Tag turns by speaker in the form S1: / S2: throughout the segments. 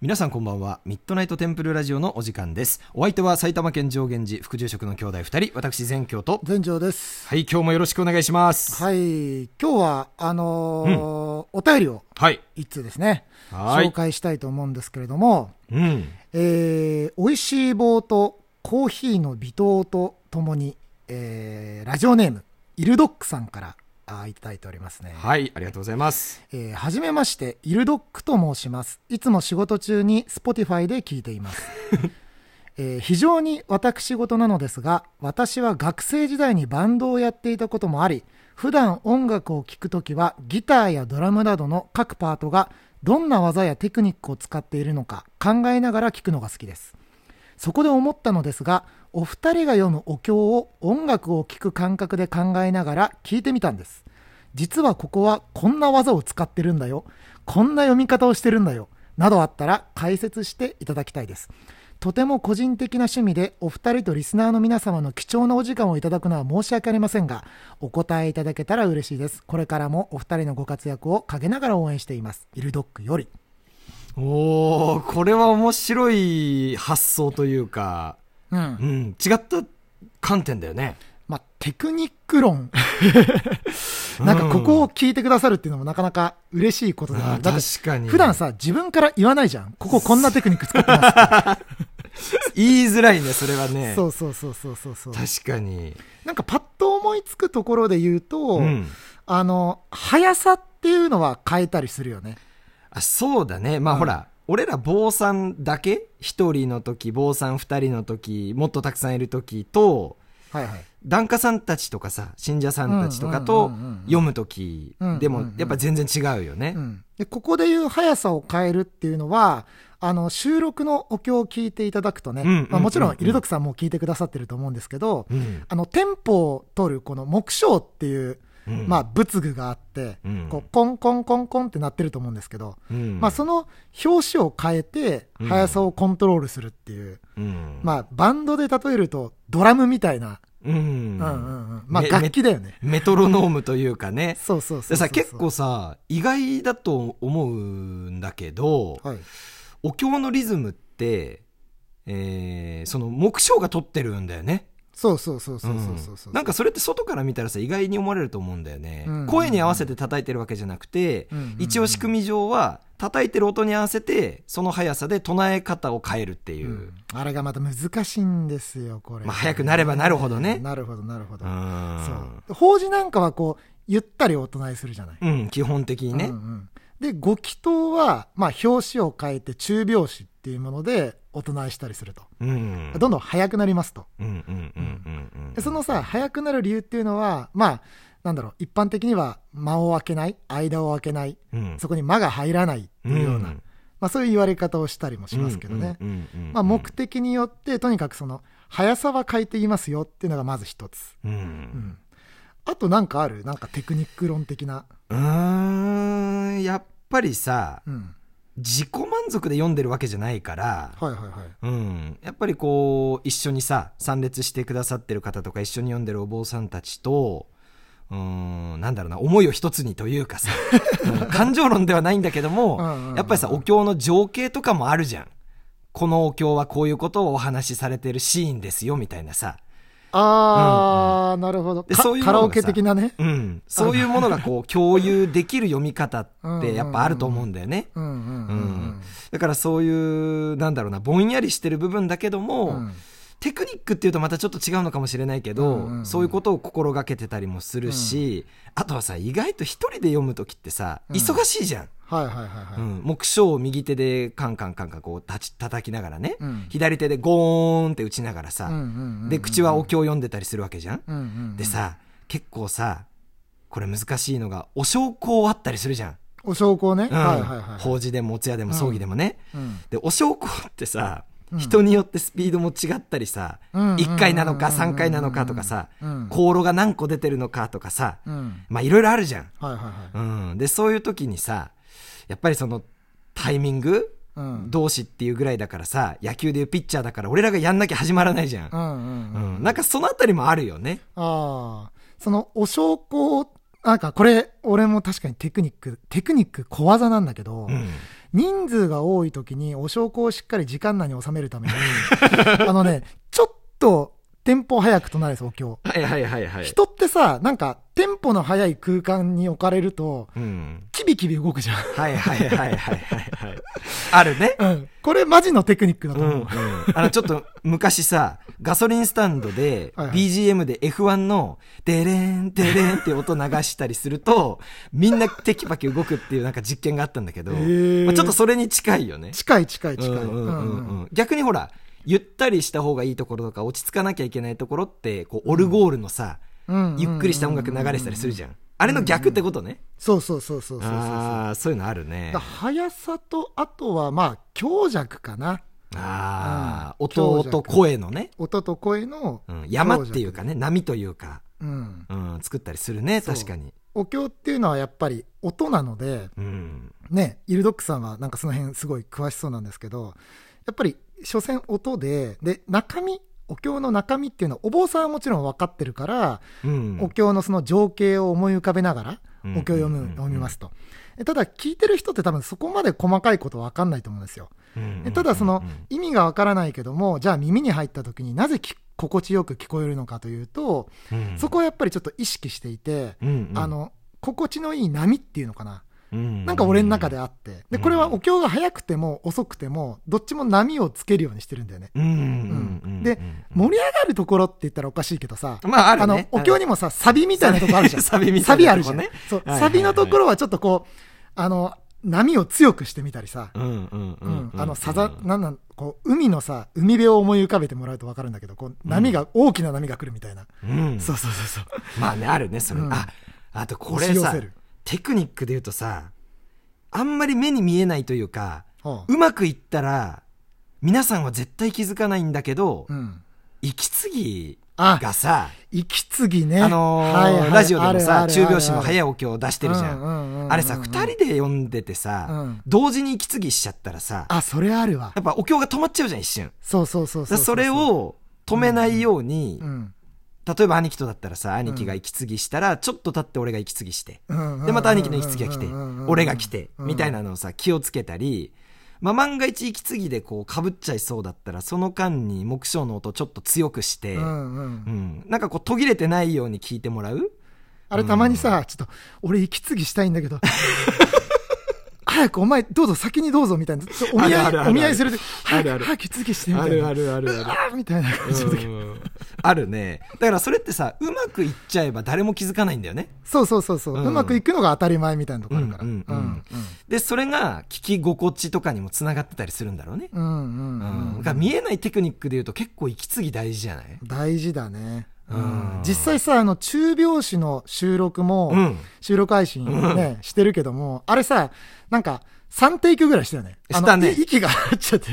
S1: 皆さんこんばんはミッドナイトテンプルラジオのお時間ですお相手は埼玉県上源寺副住職の兄弟2人私善教と
S2: 全城です。
S1: はい今日もよろしくお願いします
S2: はい。今日は、あのーお便りを
S1: はい
S2: 一通ですね、
S1: はい
S2: 紹介したいと思うんですけれども、
S1: うん
S2: えー、美味しい棒とコーヒーの微糖とともに、えー、ラジオネーム、イルドックさんからあーいただいておりますね。
S1: はいありがとうございます
S2: えーはじめまして、イルドックと申します。いつも仕事中に Spotify で聞いています。 えー非常に私事なのですが、私は学生時代にバンドをやっていたこともあり、普段音楽を聴くときはギターやドラムなどの各パートがどんな技やテクニックを使っているのか考えながら聴くのが好きです。そこで思ったのですが、お二人が読むお経を音楽を聴く感覚で考えながら聞いてみたんです。実はここはこんな技を使ってるんだよ。こんな読み方をしてるんだよ。などあったら解説していただきたいです。とても個人的な趣味でお二人とリスナーの皆様の貴重なお時間をいただくのは申し訳ありませんが、お答えいただけたら嬉しいです。これからもお二人のご活躍を陰ながら応援しています。イルドックより。
S1: おーこれは面白い発想というか
S2: うん
S1: う。ん違った観点だよね
S2: まあ、テクニック論。なんかここを聞いてくださるっていうのもなかなか嬉しいことだよ
S1: あ
S2: ね
S1: ー
S2: だって
S1: 確かに
S2: 普段さ、自分から言わないじゃん。こここんなテクニック使ってますって。
S1: 言いづらいねそれは ね
S2: そうそうそうそうそうそう。
S1: 確かに
S2: なんかパッと思いつくところで言うと、
S1: うん
S2: あの、速さっていうのは変えたりするよね。
S1: あそうだねまあ、
S2: うん
S1: ほら俺ら坊さんだけ一人の時坊さん二人の時もっとたくさんいる時と
S2: はいはい。
S1: 檀家さんたちとかさ信者さんたちとかと
S2: うんうんうんうんうん
S1: 読む時
S2: うんうんうん
S1: でもやっぱ全然違うよね、
S2: うん。で、ここで言う速さを変えるっていうのは、あの、収録のお経を聞いていただくとね、
S1: うんうんうんうん
S2: まあ、もちろん、イルドクさんも聞いてくださってると思うんですけど、
S1: うん
S2: あの、テンポを取る、この目章っていう、
S1: うん
S2: まあ、仏具があって、
S1: うん
S2: こう、コンコンコンコンってなってると思うんですけど、
S1: うん
S2: まあ、その表紙を変えて、
S1: うん
S2: 速さをコントロールするっていう、
S1: うん
S2: まあ、バンドで例えると、ドラムみたいな、
S1: うん
S2: うんうんうん。まあ、
S1: め
S2: 楽器だよね。
S1: メトロノームというかね
S2: そうそうそ
S1: で
S2: うそ
S1: さ
S2: う。
S1: 結構さ意外だと思うんだけど、
S2: はい。
S1: お経のリズムって、えーその目標が取ってるんだよね
S2: そうそうそうそうそうそうそうう。
S1: んなんか、それって外から見たらさ意外に思われると思うんだよね、
S2: うん
S1: 声に合わせて叩いてるわけじゃなくて、
S2: うんうんうん
S1: 一応仕組み上は叩いてる音に合わせてその速さで唱え方を変えるっていう、
S2: うんあれがまた難しいんですよ、これ。
S1: まあ早くなればなるほどね
S2: なるほど、なるほど
S1: う。ん
S2: そう。で法事なんかはこう、ゆったりお唱えするじゃない。
S1: うん基本的にね、
S2: うんうんで、ご祈祷は、まあ、表紙を変えて中拍子っていうものでお唱えしたりすると。
S1: うん、うん
S2: どんどん速くなりますと。
S1: うんうんうんうん
S2: でそのさ、速くなる理由っていうのは、まあ、なんだろう、一般的には間を空けない、間を空けない、
S1: うん
S2: そこに間が入らないっていうような、
S1: うん
S2: まあそういう言われ方をしたりもしますけどね。
S1: うんうんうんうん
S2: まあ、目的によって、とにかくその、速さは変えていますよっていうのがまず一つ。
S1: うん
S2: うん。あとなんかあるなんかテクニック論的な。
S1: うーんやっぱりさ
S2: うん。
S1: 自己満足で読んでるわけじゃないから、
S2: はいはいはい。
S1: うん、やっぱりこう一緒にさ参列してくださってる方とか一緒に読んでるお坊さんたちとうーんなんだろうな思いを一つにというか さうん感情論ではないんだけども
S2: うんうんうん
S1: やっぱりさお経の情景とかもあるじゃんこのお経はこういうことをお話しされてるシーンですよみたいなさ、
S2: あー、なるほど。
S1: で
S2: か
S1: そういうも
S2: カ
S1: のがさ
S2: ラオケ的なね。
S1: うん、そういうものが こう共有できる読み方ってやっぱあると思うんだよね。
S2: うんうんう
S1: うん
S2: ん
S1: だからそういう、なんだろうな、ぼんやりしてる部分だけども、
S2: うん。うん
S1: テクニックっていうとまたちょっと違うのかもしれないけど、
S2: うんうんうん
S1: そういうことを心がけてたりもするし、あとはさ、意外と一人で読むときってさ、
S2: うん
S1: 忙しいじゃん。
S2: はいはいはいは
S1: う
S2: い。
S1: ん、目標を右手でカンカンカンカンこうたち叩きながらね、
S2: うん
S1: 左手でゴーンって打ちながらさ、
S2: うんうんうんうん
S1: で、口はお経を読んでたりするわけじゃん。
S2: うんうんうん
S1: で、さ、結構さ、これ難しいのが、お焼香あったりするじゃん。
S2: お証拠ね。
S1: うん
S2: はいはいはい。
S1: 法事でもお通夜でも葬儀でもね。
S2: うん
S1: でお焼香ってさ、
S2: うん
S1: 人によってスピードも違ったりさ、
S2: うん
S1: 1回なのか3回なのかとかさ、
S2: うん
S1: 香炉が何個出てるのかとかさ、
S2: うん。
S1: まあいろいろあるじゃん、
S2: はいはいはい。
S1: うん、でそういう時にさやっぱりそのタイミング
S2: うん
S1: 同士っていうぐらいだからさ野球でいうピッチャーだから俺らがやんなきゃ始まらないじゃ、
S2: うん
S1: う
S2: んうん
S1: ん
S2: うん。
S1: なんかそのあたりもあるよね
S2: ああ、そのお証拠を、なんかこれ、俺も確かにテクニック、テクニック小技なんだけど、
S1: うん
S2: 人数が多い時にお焼香をしっかり時間内に収めるために、 あのね、ちょっとテンポ早く唱えるんです、お経。
S1: はいはいはいはい。
S2: 人ってさ、なんかテンポの速い空間に置かれると、
S1: うん。
S2: キビキビ動くじゃん。
S1: はいはいはいはいはいはい。あるね。
S2: うん。これマジのテクニックだと
S1: うん、
S2: 思う。
S1: うん。 あの、ちょっと昔さ、ガソリンスタンドで、
S2: はいはい
S1: BGM で F1 の、デレン、デレンって音流したりすると、 みんなテキパキ動くっていうなんか実験があったんだけど、
S2: へー
S1: まあちょっとそれに近いよね。
S2: 近い近い近い。
S1: うんうん
S2: う
S1: うん
S2: んうん
S1: うん逆にほら、ゆったりした方がいいところとか、落ち着かなきゃいけないところって、こう、オルゴールのさ、
S2: うんうん
S1: ゆっくりした音楽流れてたりするじゃん。あれの逆ってことね。
S2: そうそうそうそうそうそう
S1: ああ、そういうのあるね
S2: だ。速さとあとはまあ強弱かな
S1: ああ、
S2: うん
S1: 音と声のね。
S2: 音と声の、
S1: うん、山っていうかね、波というか、
S2: うん、
S1: うん、作ったりするね、
S2: そう
S1: 確かに。
S2: お経っていうのはやっぱり音なので
S1: うん。
S2: ねイルドックさんはなんかその辺すごい詳しそうなんですけどやっぱり所詮音でで中身お経の中身っていうのはお坊さんはもちろん分かってるから、
S1: うん。
S2: お経のその情景を思い浮かべながら
S1: うん
S2: お経を読
S1: うん
S2: む読みますとえただ聞いてる人って多分そこまで細かいこと分かんないと思うんですよ
S1: うん
S2: でただその
S1: うんうん
S2: 意味がわからないけどもじゃあ耳に入った時になぜき心地よく聞こえるのかというと
S1: うん
S2: そこはやっぱりちょっと意識していて、
S1: うんうん
S2: あの心地のいい波っていうのかな、
S1: うん
S2: なんか俺の中であって
S1: う
S2: で
S1: ん
S2: これはお経が早くても遅くてもどっちも波をつけるようにしてるんだよね、
S1: うんうんうんうん
S2: で盛り上がるところって言ったらおかしいけどさ、
S1: まあ、ある
S2: あ
S1: ね。
S2: のお経にもさサビみたいなとこあるじゃん
S1: サビみた
S2: サ
S1: いなとこね
S2: ビあるじゃん、そう
S1: はいはいはい
S2: サビのところはちょっとこうあの波を強くしてみたりさ、
S1: うんうんう
S2: うんん
S1: うん。
S2: あのさざ、なんなん、こう、海のさ、海辺を思い浮かべてもらうと分かるんだけど、こう、波が、大きな波が来るみたいな。
S1: うん。
S2: そうそうそうそう。
S1: まあね、あるね、それ。
S2: うん
S1: あ、あとこれ
S2: 押し寄
S1: さ
S2: せる、
S1: テクニックで言うとさ、あんまり目に見えないというか、
S2: ほう
S1: うまくいったら、皆さんは絶対気づかないんだけど、
S2: うん。
S1: 息継ぎ
S2: あ、
S1: がさ、
S2: 息継ぎね。
S1: あのー
S2: はいはい
S1: ラジオでも
S2: あ
S1: さ、
S2: る
S1: 中拍子の
S2: ある
S1: 早お経を出してるじゃ。
S2: うんうんうんうんうんん
S1: あれさ、二人で読んでてさ、
S2: うん
S1: 同時に息継ぎしちゃったらさ、
S2: あ、それあるわ
S1: や。っぱお経が止まっちゃうじゃん、一瞬。
S2: そうそうそう
S1: だか
S2: そう。
S1: らそれ、を止めないように、
S2: うん。
S1: 例えば兄貴とだったらさ、兄貴が息継ぎしたら、ちょっと経って俺が息継ぎして、
S2: で
S1: で、また兄貴の息継ぎが来て、俺が来て、みたい
S2: な。
S1: なのをさ、気をつけたり、まあ、万が一息継ぎでこう、被っちゃいそうだったら、その間に目標の音をちょっと強くして、
S2: う
S1: うん
S2: んうん。
S1: なんかこう、途切れてないように聞いてもらう
S2: あれたまにさ、ちょっと、俺息継ぎしたいんだけど、 早くお前、どうぞ、先にどうぞ、みたいな。ちょっとお見
S1: あるあるあ
S2: 合
S1: る
S2: い、お見合いするで、
S1: あ
S2: 早く、
S1: るある
S2: 早く息継ぎして、みたいな。
S1: るあるある
S2: あーみたいな 感じの時
S1: あるね。だからそれってさ、うまくいっちゃえば誰も気づかないんだよね。
S2: そうそうそうそう、
S1: う
S2: うんまくいくのが当たり前みたいなところあるから。
S1: う
S2: うんん
S1: う
S2: うん
S1: うん
S2: ん
S1: で、それが聞き心地とかにもつながってたりするんだろうね。
S2: うんう
S1: うんん。
S2: うん
S1: だから見えないテクニックで言うと結構息継ぎ大事じゃない
S2: 大事だね。う
S1: うん
S2: ん、実際さ、あの、中拍子の収録も、
S1: うん
S2: 収録配信ね、してるけども、あれさ、なんか、3テイクぐらいしたよね。あ
S1: し
S2: の
S1: たね
S2: い息が合っちゃって。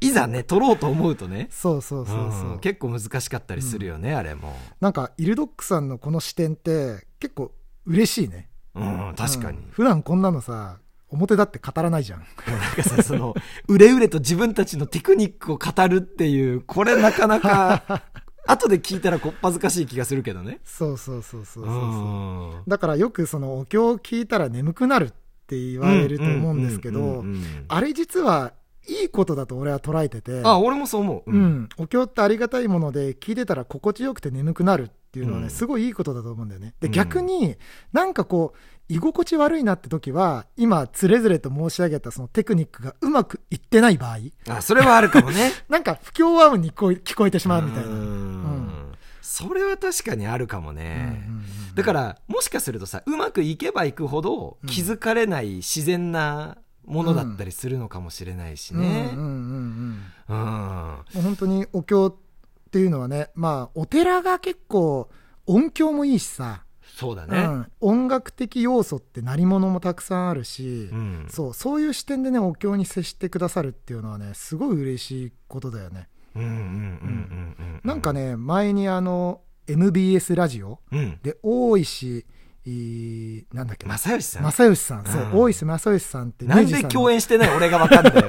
S1: いざね、撮ろうと思うとね。
S2: そうそうそうそう。
S1: うん結構難しかったりするよね、あれも。
S2: なんか、イルドックさんのこの視点って、結構嬉しいね。
S1: うん、確かに。
S2: うん普段こんなのさ、表だって語らないじゃん。
S1: なんかさ、その、うれうれと自分たちのテクニックを語るっていう、これなかな か、後で聞いたらこっぱずかしい気がするけどね。
S2: そうそうそうそうそう
S1: う
S2: そう。
S1: ん
S2: だからよくそのお経を聞いたら眠くなるって言われると思うんですけ
S1: う
S2: ど
S1: んうんうんうん
S2: あれ実はいいことだと俺は捉えてて
S1: あ、俺もそう思う。
S2: う。ん、お経ってありがたいもので聞いてたら心地よくて眠くなるっていうのは
S1: うん
S2: ねすごいいいことだと思うんだよね。で
S1: うん
S2: 逆になんかこう居心地悪いなって時は今つれづれと申し上げたそのテクニックがうまくいってない場合
S1: あ、それはあるかもね。
S2: なんか不協和音に聞こえ聞こえてしまうみたいな。
S1: う
S2: うん
S1: んそれは確かにあるかもね。
S2: うんうん
S1: だから、もしかするとさ、うまくいけばいくほど気づかれない自然なものだったりするのかもしれないし
S2: うん
S1: ね。
S2: うんうんうん
S1: うん
S2: もう本当にお経っていうのはね、まあ、お寺が結構音響もいいしさ、
S1: そうだ
S2: う
S1: ね。
S2: ん、音楽的要素って鳴り物もたくさんあるし、
S1: うん
S2: そうそういう視点でねお経に接してくださるっていうのはねすごい嬉しいことだよね、
S1: うんうんうんうんうん。
S2: なんかね前にあの MBS ラジオ
S1: うん。
S2: で大石いなんだっけな
S1: 正義さん。
S2: 正義さん、そう、
S1: うん
S2: 大石正義さんって、
S1: なん
S2: 明治さ
S1: で
S2: の
S1: 共演してない俺がわかんないよ。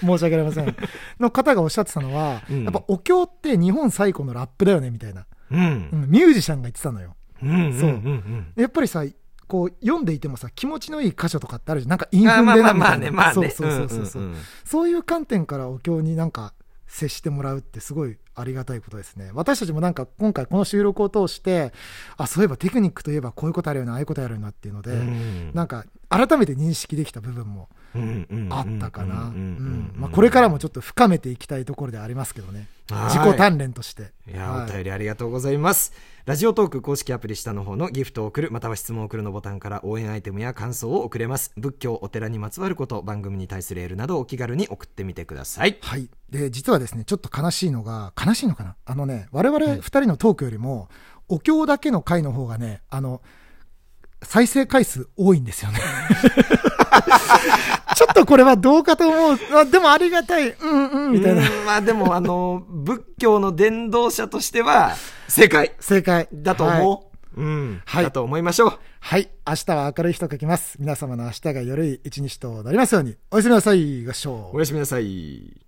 S2: 申し訳ありま せん。の方がおっしゃってたのは、
S1: うん
S2: やっぱお経って日本最古のラップだよね、みたいな。
S1: うん
S2: う。んミュージシャンが言ってたのよ。
S1: うん。
S2: そうん
S1: んん
S2: やっぱりさこう読んでいてもさ気持ちのいい箇所とかってあるじゃんなんかイン
S1: あー
S2: フ
S1: ま
S2: ン
S1: あ
S2: で
S1: まあまあ
S2: なみたい
S1: ね、
S2: な、
S1: まあ
S2: そ
S1: ね。
S2: うそうそうそう,、
S1: んんん
S2: そういう観点からお経になんか接してもらうってすごいありがたいことですね私たちもなんか今回この収録を通してあそういえばテクニックといえばこういうことあるよなああいうことあるよなっていうので、
S1: うん
S2: なんか改めて認識できた部分も
S1: うんうんうん
S2: あったかな
S1: うんうん
S2: うん
S1: うん
S2: まあこれからもちょっと深めていきたいところではありますけどね
S1: はい
S2: 自己鍛錬として
S1: いやー、
S2: はい
S1: お便りありがとうございます。ラジオトーク公式アプリ下の方のギフトを送る、または質問を送るのボタンから応援アイテムや感想を送れます。仏教、お寺にまつわること、番組に対するエールなどお気軽に送ってみてください。
S2: はい。で、実はですね、ちょっと悲しいのが、悲しいのかなあのね、我々二人のトークよりも、お経だけの回の方がね、あの、再生回数多い んですよね。ちょっとこれはどうかと思う。あでもありがたい。うんうん、 みたいな。
S1: うんまあでも、あの、仏教の伝道者としては、正解
S2: 正解。
S1: だと
S2: はい
S1: 思う。うん。
S2: はい
S1: だと思いましょう。
S2: はい。明日は明るい日と書きます。皆様の明日がより一日となりますように。おやすみなさい。合唱
S1: おやすみなさい。